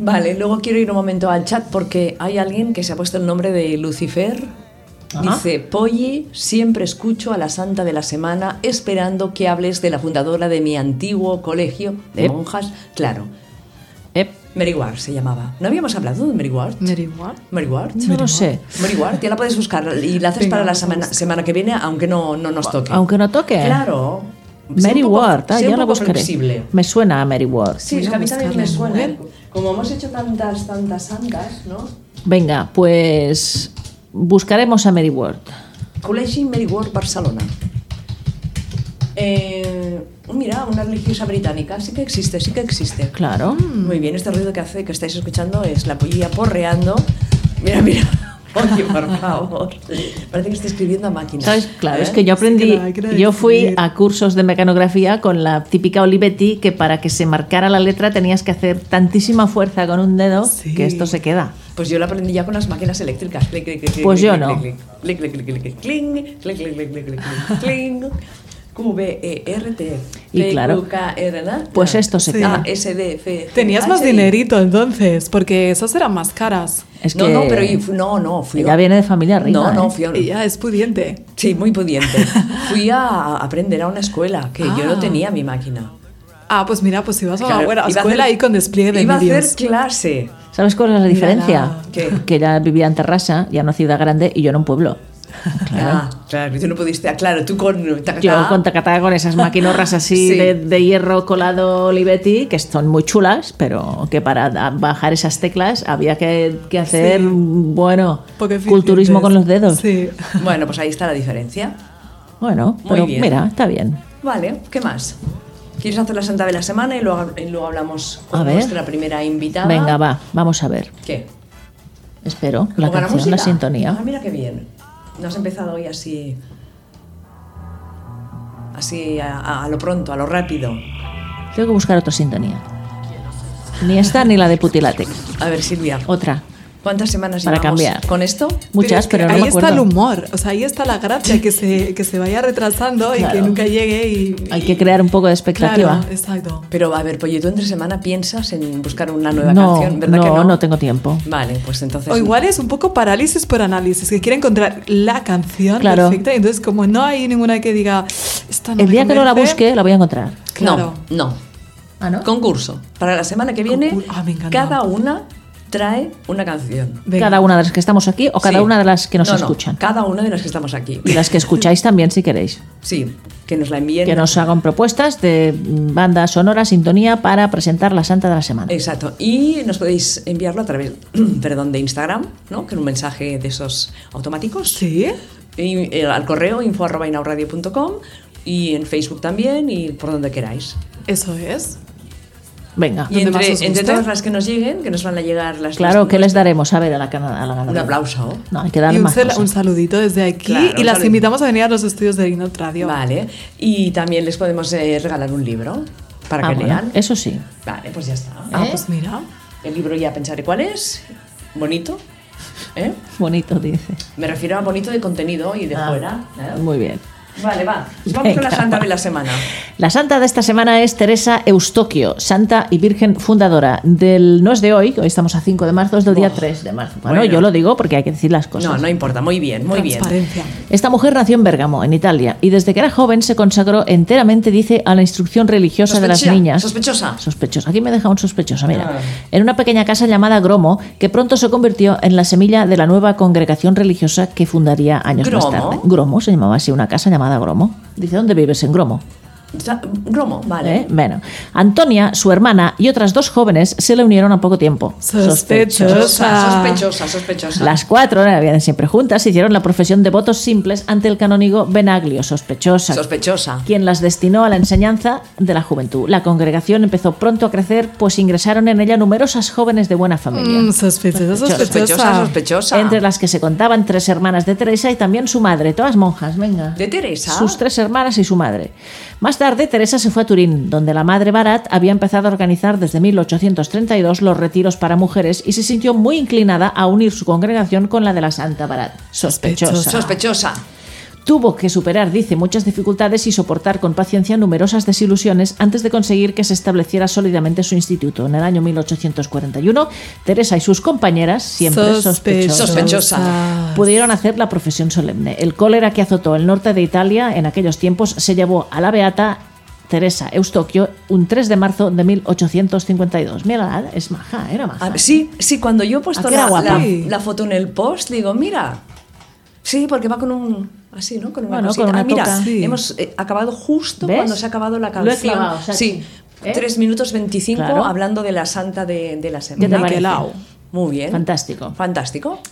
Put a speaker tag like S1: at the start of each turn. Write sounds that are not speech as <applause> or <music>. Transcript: S1: Vale, luego quiero ir un momento al chat porque hay alguien que se ha puesto el nombre de Lucifer.
S2: Ajá.
S1: Dice, Polly, siempre escucho a la santa de la semana esperando que hables de la fundadora de mi antiguo colegio de
S2: Ep.
S1: monjas. Claro,
S2: Ep,
S1: Mary Ward se llamaba. ¿No habíamos hablado de Mary Ward?
S3: Mary Ward.
S1: Mary Ward.
S2: no lo sé.
S1: Mary Ward, ya la puedes buscar y la haces
S3: Venga,
S1: para la
S3: vamos a
S1: semana,
S3: buscar.
S1: semana que viene, aunque no, no nos toque.
S2: Aunque no toque.
S1: Claro. Sé
S2: Mary
S1: un poco-
S2: Ward, ah,
S1: sé un
S2: ya la
S1: poco
S2: buscaré.
S1: flexible.
S2: Me suena a Mary Ward.
S1: Sí,
S3: Voy
S1: es que
S3: a
S1: a mí también
S3: buscarla
S1: me
S3: en
S1: suena.
S3: Google.
S1: ¿eh? Como hemos hecho tantas, tantas santas, ¿no?
S2: Venga, pues buscaremos a Mary Ward.
S1: Col·legi Mary Ward Barcelona. Eh, mira, una religiosa británica. Sí que existe, sí que existe.
S2: Claro.
S3: Mm.
S1: Muy bien, este ruido que hace, que estáis escuchando, es la pollilla porreando. Mira, mira. <laughs> Oye, por favor. Parece que está escribiendo a máquina.
S2: ¿Sabes? Claro,
S1: ¿Eh?
S2: es que yo
S3: Sí que
S2: aprendí,
S3: la hay que
S2: yo fui
S3: decir.
S2: a cursos de mecanografía con la típica Olivetti que para que se marcara la letra tenías que hacer tantísima fuerza con un dedo
S3: Sí.
S2: que esto se queda.
S1: Pues yo lo aprendí ya con las máquinas eléctricas. Clic, clic, clic, clic,
S2: Pues
S1: clic,
S2: yo
S1: clic,
S2: no.
S1: clic, clic, clic, clic, clic, clic, cling, clic, clic, clic, clic, clic, clic, cling. E, Q-V-E-R-T.
S2: Y claro.
S1: P-U-K-R-N-A.
S2: Pues esto se
S3: Sí.
S2: queda.
S1: A, Ah, S, D, F. G,
S3: Tenías más
S1: H, I.
S3: dinerito entonces, porque esas eran más caras.
S2: Es
S1: no,
S2: que
S1: no, pero y fu- no, no, fui
S2: ella
S1: a-
S2: viene de familia rica.
S1: No,
S2: ¿eh?
S1: no, fui a...
S3: Ella es pudiente.
S1: Sí, muy
S3: <laughs>
S1: pudiente. Fui a aprender a una escuela, que yo no
S3: Ah.
S1: tenía mi máquina.
S3: Ah, pues mira, pues ibas a
S1: Claro,
S3: la buena
S1: iba a
S3: escuela
S1: hacer-
S3: ahí con despliegue de
S1: Iba a hacer
S3: vídeos.
S1: clase.
S2: ¿Sabes cuál es la diferencia?
S1: ¿Qué?
S2: Que ella vivía en Terrassa, ya en una ciudad grande y yo en
S1: <laughs>
S2: un pueblo. Claro.
S1: Ah, claro, tú no pudiste... ah, Claro, tú con... tacatá.
S2: Yo con tacatá, con
S1: <laughs>
S2: esas maquinorras así
S1: Sí.
S2: de, de hierro colado Olivetti, que son muy chulas, pero que para da- bajar esas teclas había que, que hacer,
S3: Sí.
S2: bueno,
S3: Poco eficientes.
S2: culturismo con los dedos.
S3: Sí.
S1: Bueno, pues ahí está la diferencia.
S2: Bueno,
S1: Muy
S2: pero
S1: bien.
S2: mira, está bien.
S1: Vale, ¿qué más? ¿Quieres hacer la santa de la semana y luego, y luego hablamos con
S2: A ver.
S1: nuestra primera invitada?
S2: Venga, va, vamos a ver.
S1: ¿Qué?
S2: Espero, la
S1: ¿Con
S2: canción, la
S1: música? Ah,
S2: sintonía.
S1: mira qué bien. No has empezado hoy así. Así a, a- a lo pronto, a lo rápido.
S2: Tengo que buscar otra sintonía. Ni esta ni la de Putilate.
S1: A ver, Silvia,
S2: Otra.
S1: ¿cuántas semanas
S2: Para
S1: llevamos
S2: cambiar.
S1: con esto?
S2: Muchas,
S3: es que
S2: pero, no
S3: ahí
S2: me acuerdo.
S3: está el humor, o sea, ahí está la gracia que se, que se vaya retrasando y que
S2: Claro.
S3: nunca llegue y...
S2: Hay que crear un poco de expectativa.
S3: Claro, exacto.
S1: Pero a ver, Pollo, tú entre semana piensas en buscar una nueva
S2: no,
S1: canción, ¿verdad
S2: no,
S1: que no?
S2: no tengo tiempo.
S1: Vale, pues entonces.
S3: O igual es un poco parálisis por análisis, que quiere encontrar la canción
S2: Claro.
S3: perfecta, y entonces como no hay ninguna que diga...
S1: Ah,
S3: "Esta no
S2: El
S3: me
S2: día que no la
S3: convence",
S2: busque, la voy a encontrar.
S3: Claro.
S1: No, no.
S2: Ah, ¿no?
S1: Concurso. Para la semana que viene,
S3: Concur- Ah, me encanta.
S1: cada una trae una canción.
S3: Venga.
S2: Cada una de las que estamos aquí o cada
S1: Sí.
S2: una de las que nos
S1: No, no,
S2: escuchan.
S1: cada una de las que estamos aquí.
S2: Y las que escucháis también, si queréis.
S1: Sí, que nos la envíen.
S2: Que nos hagan propuestas de mm, banda sonora, sintonía para presentar la Santa de la Semana.
S1: Exacto. Y nos podéis enviarlo a través <clears throat> perdón, de Instagram, ¿no? Que es un mensaje de esos automáticos.
S3: Sí,
S1: Y, eh, al correo info.inauradio.com y en Facebook también y por donde queráis.
S3: eso es.
S2: Venga.
S1: Y
S3: ¿Dónde más
S1: entre,
S3: os guste?
S1: entre todas las que nos lleguen, que nos van a llegar las...
S2: Claro,
S1: las-
S2: ¿qué les daremos? A ver, a la, cana- a la
S1: Un
S2: ganadora.
S1: aplauso.
S2: No, hay que
S3: Y
S2: darle
S3: un,
S2: más
S3: sal-
S2: cosas.
S3: un saludito desde aquí
S1: Claro,
S3: y
S1: un
S3: las
S1: saludo.
S3: invitamos a venir a los estudios de Ignot Radio.
S1: Vale. Y también les podemos eh, regalar un libro para
S2: Ah,
S1: que
S2: bueno,
S1: lean.
S2: Eso sí. <laughs>
S1: Vale, pues ya está.
S3: Ah,
S2: ¿Eh?
S3: pues mira.
S1: El libro ya pensaré cuál es. Bonito. ¿eh?
S2: Bonito, dice.
S1: Me refiero a bonito de contenido y de
S2: Ah,
S1: fuera. ¿eh?
S2: Muy bien.
S1: Vale, va. Vamos con la
S2: Venga,
S1: santa
S2: va.
S1: de la semana.
S2: La santa de esta semana es Teresa Eustoquio, santa y virgen fundadora del... No es de hoy, hoy estamos a 5 de marzo, es del día
S1: Buah.
S2: 3 de marzo. Bueno,
S1: Oh, Bueno.
S2: yo lo digo porque hay que decir las cosas.
S1: No, no importa. Muy bien, muy bien.
S3: Transparencia.
S2: Esta mujer nació en Bérgamo, en Italia, y desde que era joven se consagró enteramente, dice, a la instrucción religiosa de las
S1: Sospecha-
S2: niñas.
S1: Sospechosa.
S2: Sospechosa. Aquí me deja un sospechoso, mira.
S1: Ah.
S2: En una pequeña casa llamada Gromo, que pronto se convirtió en la semilla de la nueva congregación religiosa que fundaría años
S1: ¿Gromo?
S2: más tarde. Gromo se llamaba así, una casa llamada Gromo. Dice, ¿dónde vives en Gromo?
S1: Sa- Gromo, vale.
S2: ¿Eh? Bueno, Antonia, su hermana y otras dos jóvenes se le unieron a poco tiempo.
S3: Sospechosas.
S1: Sospechosa, sospechosa, sospechosa.
S2: Las cuatro, eh, vienen siempre juntas, hicieron la profesión de votos simples ante el canónigo Benaglio, sospechosa,
S1: Sospechosa.
S2: quien las destinó a la enseñanza de la juventud. La congregación empezó pronto a crecer, pues ingresaron en ella numerosas jóvenes de buena familia.
S3: Mm, sospechosa,
S1: Sospechosa,
S3: sospechosa.
S1: sospechosa.
S2: Entre las que se contaban tres hermanas de Teresa y también su madre, todas monjas, venga.
S1: ¿De Teresa?
S2: Sus tres hermanas y su madre. Más tarde, Teresa se fue a Turín, donde la madre Barat había empezado a organizar desde 1832 los retiros para mujeres y se sintió muy inclinada a unir su congregación con la de la Santa Barat. Sospechosa.
S3: Sospechosa.
S1: Sospechosa.
S2: Tuvo que superar, dice, muchas dificultades y soportar con paciencia numerosas desilusiones antes de conseguir que se estableciera sólidamente su instituto. En el año 1841, Teresa y sus compañeras, siempre
S3: Sospe-
S2: sospechosas,
S1: Sospechosa.
S2: pudieron hacer la profesión solemne. El cólera que azotó el norte de Italia en aquellos tiempos se llevó a la beata Teresa Eustoquio un 3 de marzo de 1852. Mira, es maja, era maja.
S1: A ver, Ah, sí, sí, cuando yo he puesto
S2: Ah, que era
S1: la,
S2: guapa.
S1: la- la foto en el post, digo, mira. Sí, porque va con un. Así, ¿no? Con una
S2: Bueno,
S1: cosita.
S2: con una
S1: ah, mira,
S2: toca.
S3: Sí.
S1: hemos eh, acabado justo
S2: ¿Ves?
S1: cuando se ha acabado la
S2: Lo he
S1: canción.
S2: clavado, o sea,
S1: sí,
S2: ¿eh?
S1: 3 minutos 25
S2: Claro.
S1: hablando de la santa de, de la
S2: ¿Qué te
S1: semana.
S2: parece?
S3: Niquelao.
S1: Muy bien.
S2: Fantástico.
S1: Fantástico.